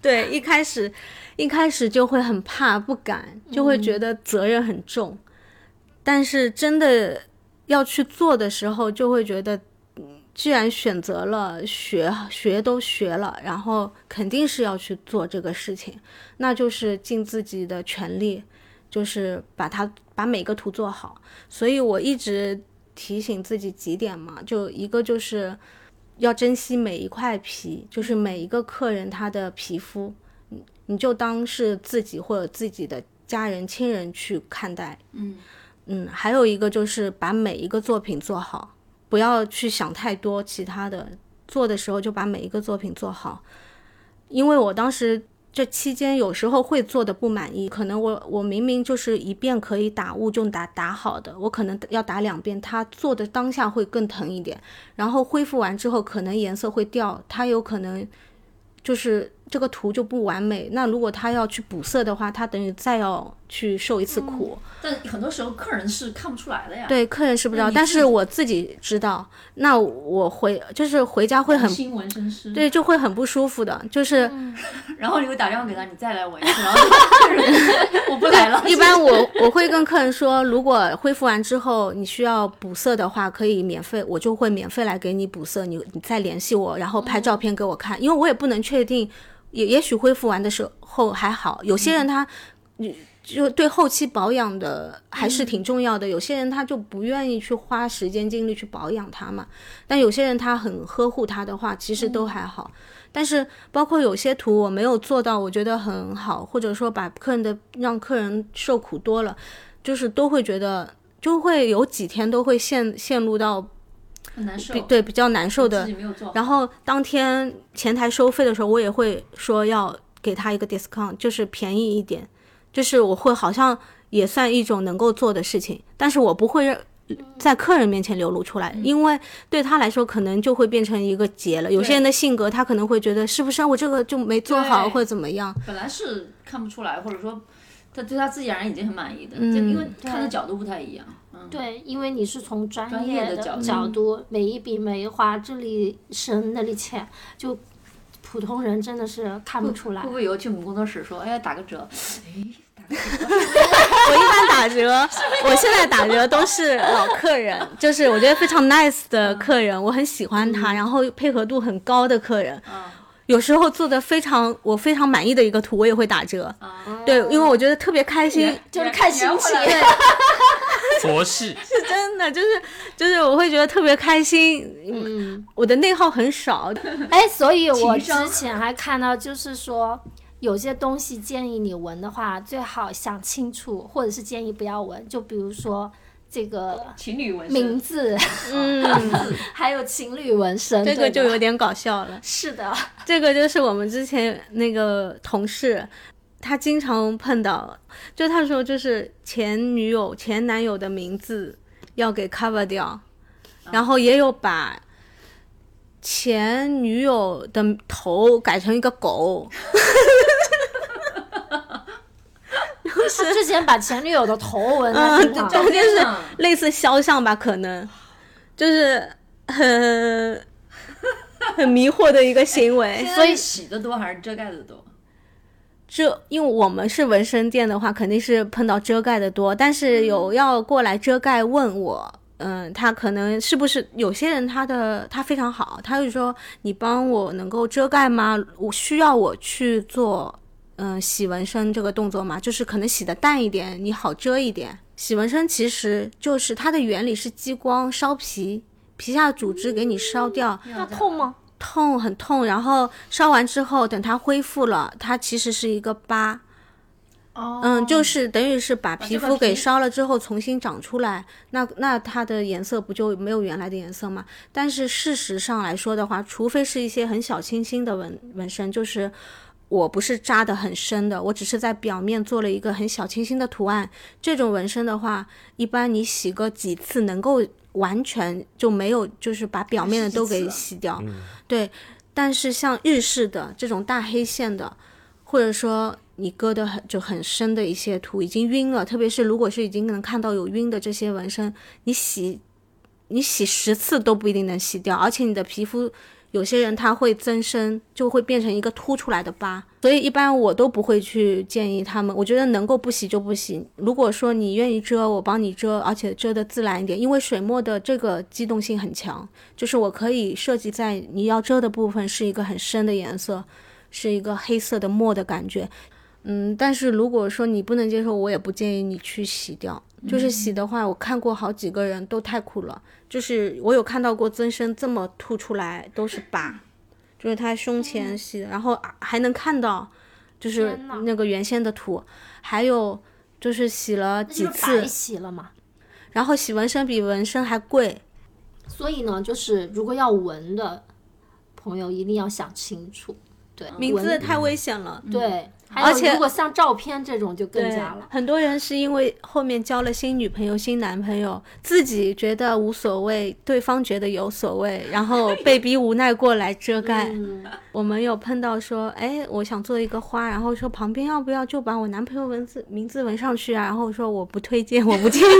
对，一开始一开始就会很怕，不敢，就会觉得责任很重。但是真的要去做的时候，就会觉得，嗯既然选择了学，学都学了，然后肯定是要去做这个事情，那就是尽自己的全力，就是把它把每个图做好。所以我一直提醒自己几点嘛，就一个就是。要珍惜每一块皮，就是每一个客人他的皮肤，嗯你你就当是自己或者自己的家人、亲人去看待。
嗯
嗯，还有一个就是把每一个作品做好，不要去想太多其他的，做的时候就把每一个作品做好。因为我当时这期间有时候会做的不满意，可能我我明明就是一遍可以打雾就打打好的，我可能要打两遍，他做的当下会更疼一点。然后恢复完之后，可能颜色会掉，它有可能就是这个图就不完美。那如果他要去补色的话，他等于再要去受一次苦。
但很多时候客人是看不出来的呀。，
对，客人是不知
那
道，
你
但
自
是
己
我自己知道。那我回就是回家会很
新纹身师。
对，就会很不舒服的。就是
然后你会打电话给他，你再来纹一次，然 后这个人我不来了。
一般我 我会跟客人说，如果恢复完之后你需要补色的话，可以免费，我就会免费来给你补色。你你再联系我，然后拍照片给我看，因为我也不能确定，也也许恢复完的时候还好。有些人他就对后期保养的还是挺重要的。有些人他就不愿意去花时间精力去保养它嘛，但有些人他很呵护它的话，其实都还好。但是包括有些图我没有做到，我觉得很好，或者说把客人的让客人受苦多了，就是都会觉得就会有几天都会陷陷入到
很难受，
比对比较难受的
自己没有做好。
然后当天前台收费的时候，我也会说要给他一个 discount，就是便宜一点，就是我会好像也算一种能够做的事情，但是我不会让在客人面前流露出来，因为对他来说可能就会变成一个结了。有些人的性格，他可能会觉得是不是我这个就没做好
对
或者怎么样，
本来是看不出来，或者说他对他自己而言已经很满意的，就
嗯
因为看的角度不太一样。嗯，
对，因为你是从专
专业的
的
角度
角度，每一笔每一画，这里深那里浅，就普通人真的是看不出来
会不。会以后去我们工作室说，哎呀打个折，
我一般打 折，我现在打折都是老客人，就是我觉得非常 nice 的客人，我很喜欢他，然后配合度很高的客人。有时候做的非常我非常满意的一个图，我也会打折。对，因为我觉得特别开心，
就是看心情。
佛系，
是 真的，就是就是我会觉得特别开心。
嗯，
我的内耗很少，
哎，所以我
情商
之前还看到，就是说有些东西建议你闻的话，最好想清楚，或者是建议不要闻。就比如说这个
情侣纹
名
身，
字，
嗯，
还有情侣纹身，
这
对
个就
吧
有点搞笑了。
是的，
这个就是我们之前那个同事，他经常碰到，就他说就是前女友、前男友的名字要给 cover 掉，然后也有把前女友的头改成一个狗，
他之前把前女友的头纹在
嗯，
身
就
上，
就 就是
呢
类似肖像吧，可能就是很很迷惑的一个行为。
所以洗的多还是遮盖的多？
遮，因为我们是纹身店的话，肯定是碰到遮盖的多，但是有要过来遮盖问我。嗯，他可能是不是有些人他的他非常好，他就说你帮我能够遮盖吗？我需要我去做嗯、洗纹身这个动作嘛，就是可能洗的淡一点，你好遮一点。洗纹身其实就是它的原理是激光烧皮，皮下组织给你烧掉，
那痛吗？
痛很痛，然后烧完之后，等它恢复了，它其实是一个疤，
哦
嗯，就是等于是把皮
这个
肤给
皮
烧了之后重新长出来，那那它的颜色不就没有原来的颜色吗？但是事实上来说的话，除非是一些很小清新的纹纹身，就是我不是扎得很深的，我只是在表面做了一个很小清新的图案，这种纹身的话，一般你洗个几次能够完全就没有，就是把表面的都
洗几
给
次
洗掉，对。但是像日式的这种大黑线的，或者说你割的很就很深的一些图已经晕了，特别是如果是已经能看到有晕的这些纹身，你洗你洗十次都不一定能洗掉，而且你的皮肤有些人他会增生，就会变成一个凸出来的疤，所以一般我都不会去建议他们，我觉得能够不洗就不洗。如果说你愿意遮，我帮你遮，而且遮的自然一点，因为水墨的这个机动性很强，就是我可以设计在你要遮的部分是一个很深的颜色，是一个黑色的墨的感觉。嗯，但是如果说你不能接受，我也不建议你去洗掉。就是洗的话，我看过好几个人都太苦了，就是我有看到过增生这么凸出来都是疤，就是他胸前洗的，然后啊还能看到就是
嗯天呐
那个原先的图，还有就是洗了几
就是
次
白，洗了嘛。
然后洗纹身比纹身还贵，
所以呢，就是如果要纹的朋友一定要想清楚，对，
名字
纹
太危险了，对。
对，还
而
有
且
如果像照片这种就更
对
加了，。
很多人是因为后面交了新女朋友、新男朋友，自己觉得无所谓，对方觉得有所谓，然后被逼无奈过来遮盖。
嗯，
我们有碰到说，哎，我想做一个花，然后说旁边要不要就把我男朋友文字名字纹上去啊？然后我说我不推荐，我不 建议。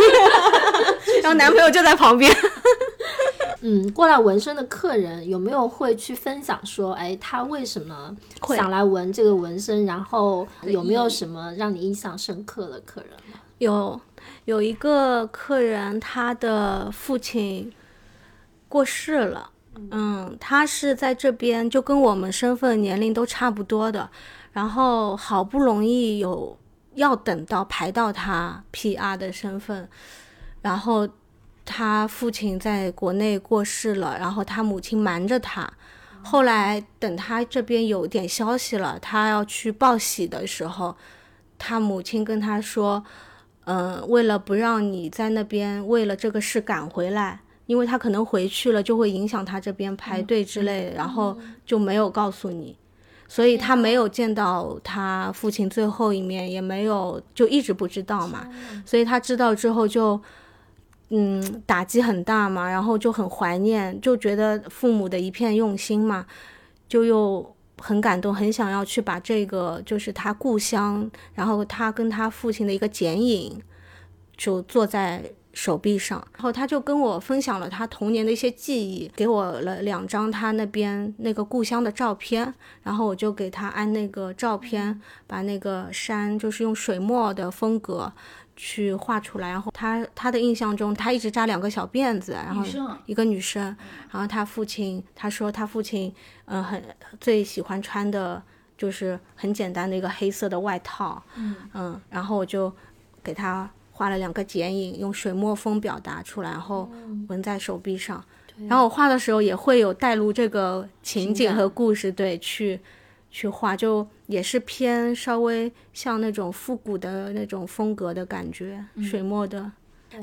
然后男朋友就在旁边。
嗯，过来纹身的客人有没有会去分享说，哎，他为什么
会
想来纹这个纹身，然后有没有什么让你印象深刻的客人呢？
有有一个客人，他的父亲过世了。嗯，他是在这边就跟我们身份年龄都差不多的，然后好不容易有要等到排到他 PR 的身份，然后他父亲在国内过世了，然后他母亲瞒着他。后来等他这边有点消息了，他要去报喜的时候，他母亲跟他说：“嗯，为了不让你在那边为了这个事赶回来，因为他可能回去了就会影响他这边排队之类，然后就没有告诉你，所以他没有见到他父亲最后一面，也没有就一直不知道嘛，所以他知道之后就。嗯，打击很大嘛，然后就很怀念，就觉得父母的一片用心嘛，就又很感动，很想要去把这个就是他故乡，然后他跟他父亲的一个剪影，就坐在手臂上，然后他就跟我分享了他童年的一些记忆，给我了两张他那边那个故乡的照片，然后我就给他按那个照片，把那个山就是用水墨的风格去画出来，然后他他的印象中，他一直扎两个小辫子，然后
女生啊
一个女生，然后他父亲他说他父亲嗯、呃很最喜欢穿的就是很简单的一个黑色的外套，嗯然后我就给他画了两个剪影，用水墨风表达出来，然后纹在手臂上。然后我画的时候也会有带入这个情景
感
和故事，对，去去画，就也是偏稍微像那种复古的那种风格的感觉，水墨的。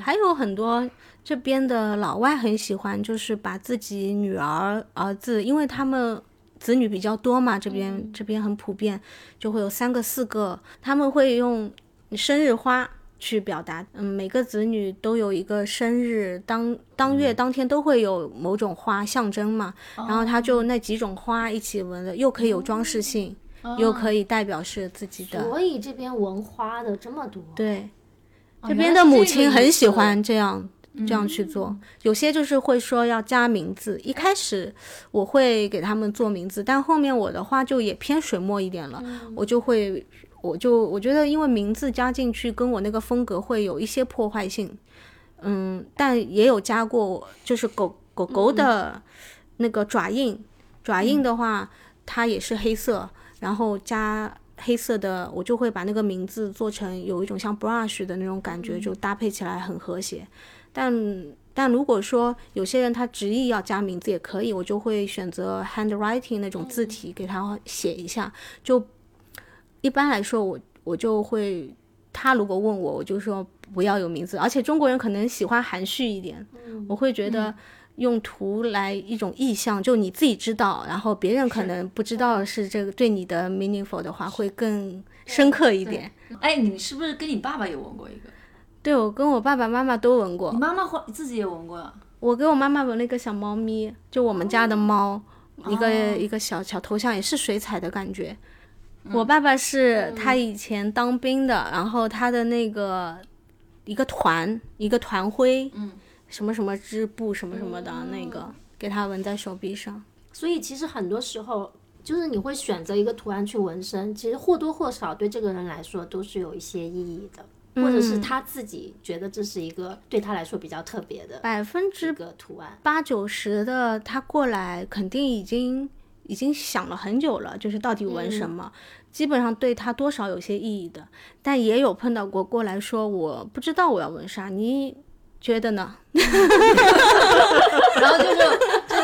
还有很多这边的老外很喜欢，就是把自己女儿、儿子，因为他们子女比较多嘛，这边、这边很普遍，就会有三个四个，他们会用生日花去表达，嗯，每个子女都有一个生日，当当月当天都会有某种花象征嘛，然后他就那几种花一起纹了，又可以有装饰性，
哦
又可以代表是自己的，
所以这边纹花的这么多，
对。
这
这边的母亲很喜欢这样这样去做，有些就是会说要加名字。一开始我会给他们做名字，但后面我的话就也偏水墨一点了，我就会。我就我觉得，因为名字加进去跟我那个风格会有一些破坏性，嗯，但也有加过，就是狗狗狗的那个爪印，爪印的话，它也是黑色，然后加黑色的，我就会把那个名字做成有一种像 brush 的那种感觉，就搭配起来很和谐。但但如果说有些人他执意要加名字也可以，我就会选择 handwriting 那种字体给他写一下。就一般来说我，我就会，他如果问我，我就说不要有名字。而且中国人可能喜欢含蓄一点，我会觉得用图来一种意象，就你自己知道，然后别人可能不知道是这个对你的 meaningful 的话，会更深刻一点。
哎，你是不是跟你爸爸也纹过一个？
对我跟我爸爸妈妈都纹过
你，妈妈画自己也纹过啊？
我给我妈妈纹了一个小猫咪，就我们家的猫，一个、一个小小头像，也是水彩的感觉。我爸爸是他以前当兵的，然后他的那个一个团一个团徽，嗯，什么什么支部什么什么的、那个，给他纹在手臂上。
所以其实很多时候，就是你会选择一个图案去纹身，其实或多或少对这个人来说都是有一些意义的，或者是他自己觉得这是一个对他来说比较特别的
百分之
一个图案。
八九十的他过来，肯定已经已经想了很久了，就是到底纹什么，基本上对他多少有些意义的。但也有碰到过过来说，我不知道我要纹啥，你觉得呢？
然后就是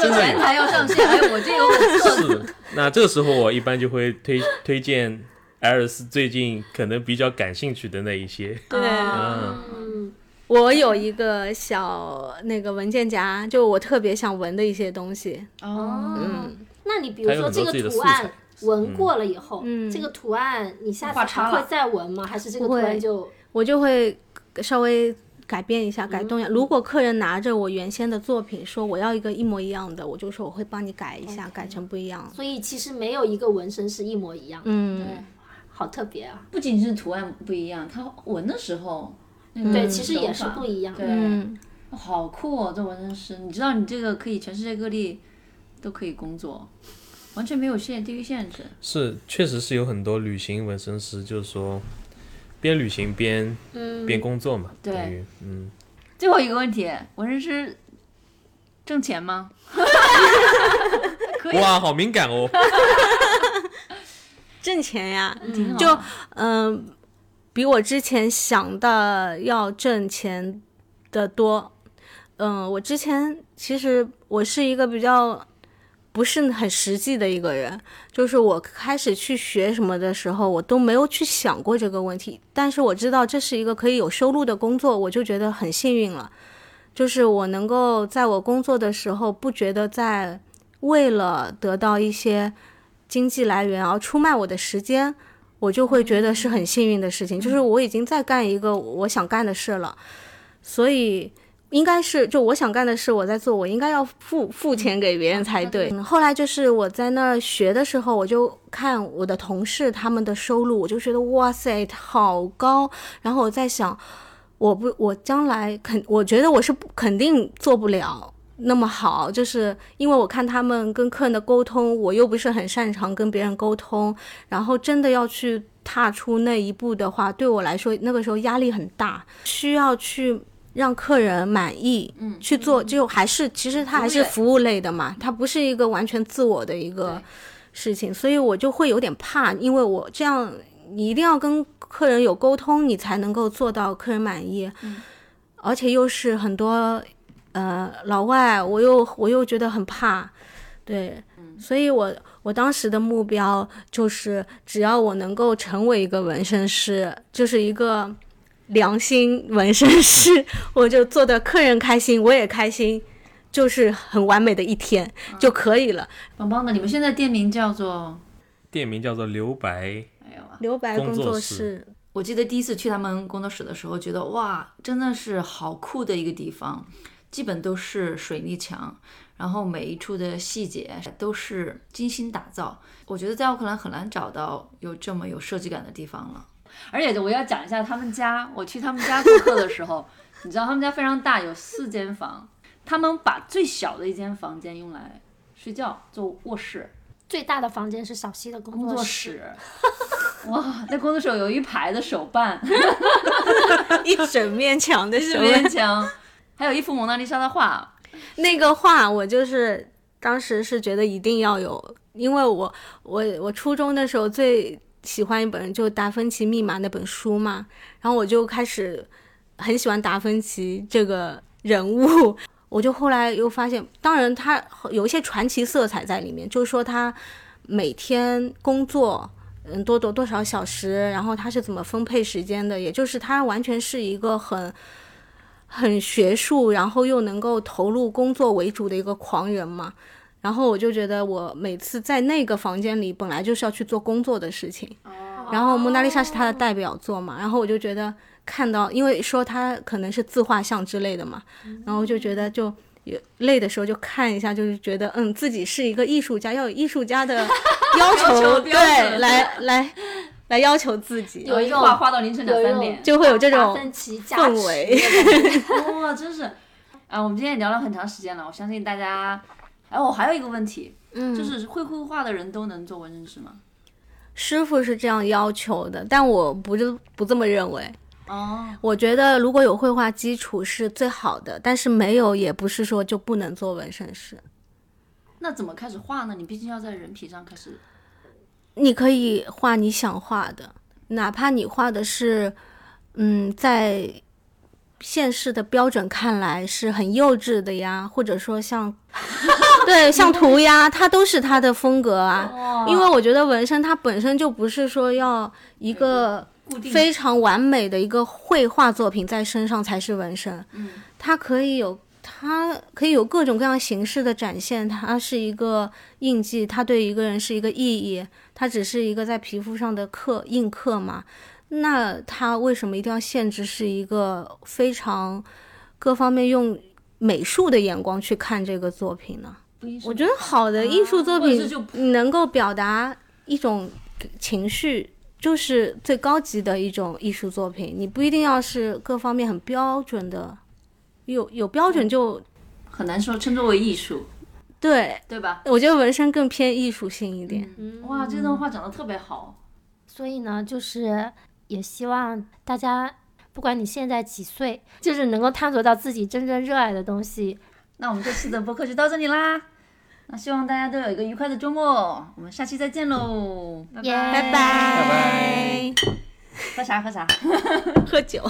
这个前台要上线，哎，我这个我 做
是，那这个时候我一般就会推推荐艾尔斯最近可能比较感兴趣的那一些。
哦
嗯
我有一个小那个文件夹，就我特别想纹的一些东西。
哦，
那你比如
它有
说
很
这
多
个
自己的
图
素
案
材
纹过了以后，
嗯
这个图案你下次
画叉
还
了
会再纹吗？还是这个
不
图
会
案就
我就会稍微改变一下，改动一下。如果客人拿着我原先的作品说我要一个一模一样的，我就说我会帮你改一下，改成不一样。
所以其实没有一个纹身是一模一样的，
嗯，
好特别啊！
不仅是图案不一样，它纹的时候，那个
对，其实
手
也是
法
不一样的。
对，
嗯，
好酷哦，这纹身师，你知道你这个可以全世界各地都可以工作，完全没有限地域限制。
是，确实是有很多旅行纹身师，就是说边旅行边、边工作嘛，
对
等于嗯，
最后一个问题，纹身师挣钱吗？可以，
哇，好敏感哦。
挣钱呀，
嗯
挺好
就嗯、比我之前想的要挣钱的多。嗯，我之前其实我是一个比较不是很实际的一个人，就是我开始去学什么的时候，我都没有去想过这个问题。但是我知道这是一个可以有收入的工作，我就觉得很幸运了。就是我能够在我工作的时候，不觉得在为了得到一些经济来源而出卖我的时间，我就会觉得是很幸运的事情。就是我已经在干一个我想干的事了，所以应该是就我想干的事我在做，我应该要付付钱给别人才对。嗯后来就是我在那儿学的时候，我就看我的同事他们的收入，我就觉得哇塞好高，然后我在想。我不，我将来肯，我觉得我是不肯定做不了，那么好，就是因为我看他们跟客人的沟通，我又不是很擅长跟别人沟通，然后真的要去踏出那一步的话，对我来说那个时候压力很大，需要去让客人满意，嗯，去做就还是其实它还是服务类的嘛，它不是一个完全自我的一个事情，所以我就会有点怕，因为我这样你一定要跟客人有沟通，你才能够做到客人满意，而且又是很多呃老外，我又我又觉得很怕，对，所以我我当时的目标就是，只要我能够成为一个纹身师，就是一个良心纹身师， 我就做的客人开心，我也开心，就是很完美的一天就可以了。
棒棒的。你们现在店名叫做？
店名叫做留白，
哎呦啊！
留白
工
工
作
作
室
室，
我记得第一次去他们工作室的时候，觉得哇，真的是好酷的一个地方，基本都是水泥墙，然后每一处的细节都是精心打造。我觉得在奥克兰很难找到有这么有设计感的地方了。而且我要讲一下他们家，我去他们家做客的时候， 你知道他们家非常大，有四间房，他们把最小的一间房间用来睡觉，做卧室。
最大的房间是小溪的工
工
作
作
室，
室，哇，那工作室有一排的手办，
一整面墙的手
这边墙，还有一幅蒙娜丽莎的画，
那个画，我就是当时是觉得一定要有，因为我我我初中的时候最喜欢一本就《达芬奇密码》那本书嘛，然后我就开始很喜欢达芬奇这个人物。我就后来又发现，当然他有一些传奇色彩在里面，就是说他每天工作，嗯，多多多少小时，然后他是怎么分配时间的，也就是他完全是一个很很学术，然后又能够投入工作为主的一个狂人嘛。然后我就觉得，我每次在那个房间里，本来就是要去做工作的事情。然后《蒙娜丽莎》是他的代表作嘛，然后我就觉得看到，因为说他可能是自画像之类的嘛，然后就觉得就有累的时候就看一下，就是觉得嗯，自己是一个艺术家，要有艺术家的 要求，
求标
对，
准
来来来要求自己，
有一种
画画到凌晨两
有一
三
种
点，
就会有这
达
种
芬奇加
氛围
持的感觉
哇，真是啊！我们今天也聊了很长时间了，我相信大家。哎，我还有一个问题，
嗯
就是会绘画的人都能做纹身师吗？
师傅是这样要求的，但我不是不这么认为。
哦，
我觉得如果有绘画基础是最好的，但是没有也不是说就不能做纹身师。
那怎么开始画呢？你毕竟要在人体上开始。
你可以画你想画的，哪怕你画的是，嗯，在现世的标准看来是很幼稚的呀，或者说像，对，像涂鸦，它都是它的风格啊。
哇
因为我觉得纹身它本身就不是说要一个
固定
非常完美的一个绘画作品在身上才是纹身。嗯，它可以有，它可以有各种各样形式的展现，它是一个印记，它对一个人是一个意义，它只是一个在皮肤上的刻印刻嘛。那它为什么一定要限制是一个非常各方面用美术的眼光去看这个作品呢？我觉得好的艺术作
啊或者
品
是就
能够表达一种情绪，就是最高级的一种艺术作品。你不一定要是各方面很标准的，有有标
嗯
准就
很难说称作为艺术，
对。
对吧？
我觉得纹身更偏艺术性一
嗯
点。
嗯
哇，这段话讲的特别好。
所以呢，就是也希望大家，不管你现在几岁，就是能够探索到自己真正热爱的东西。
那我们这次的播客就到这里啦。那希望大家都有一个愉快的周末，我们下期再见喽，拜
耶
拜，
拜拜，
喝茶喝茶。
喝酒。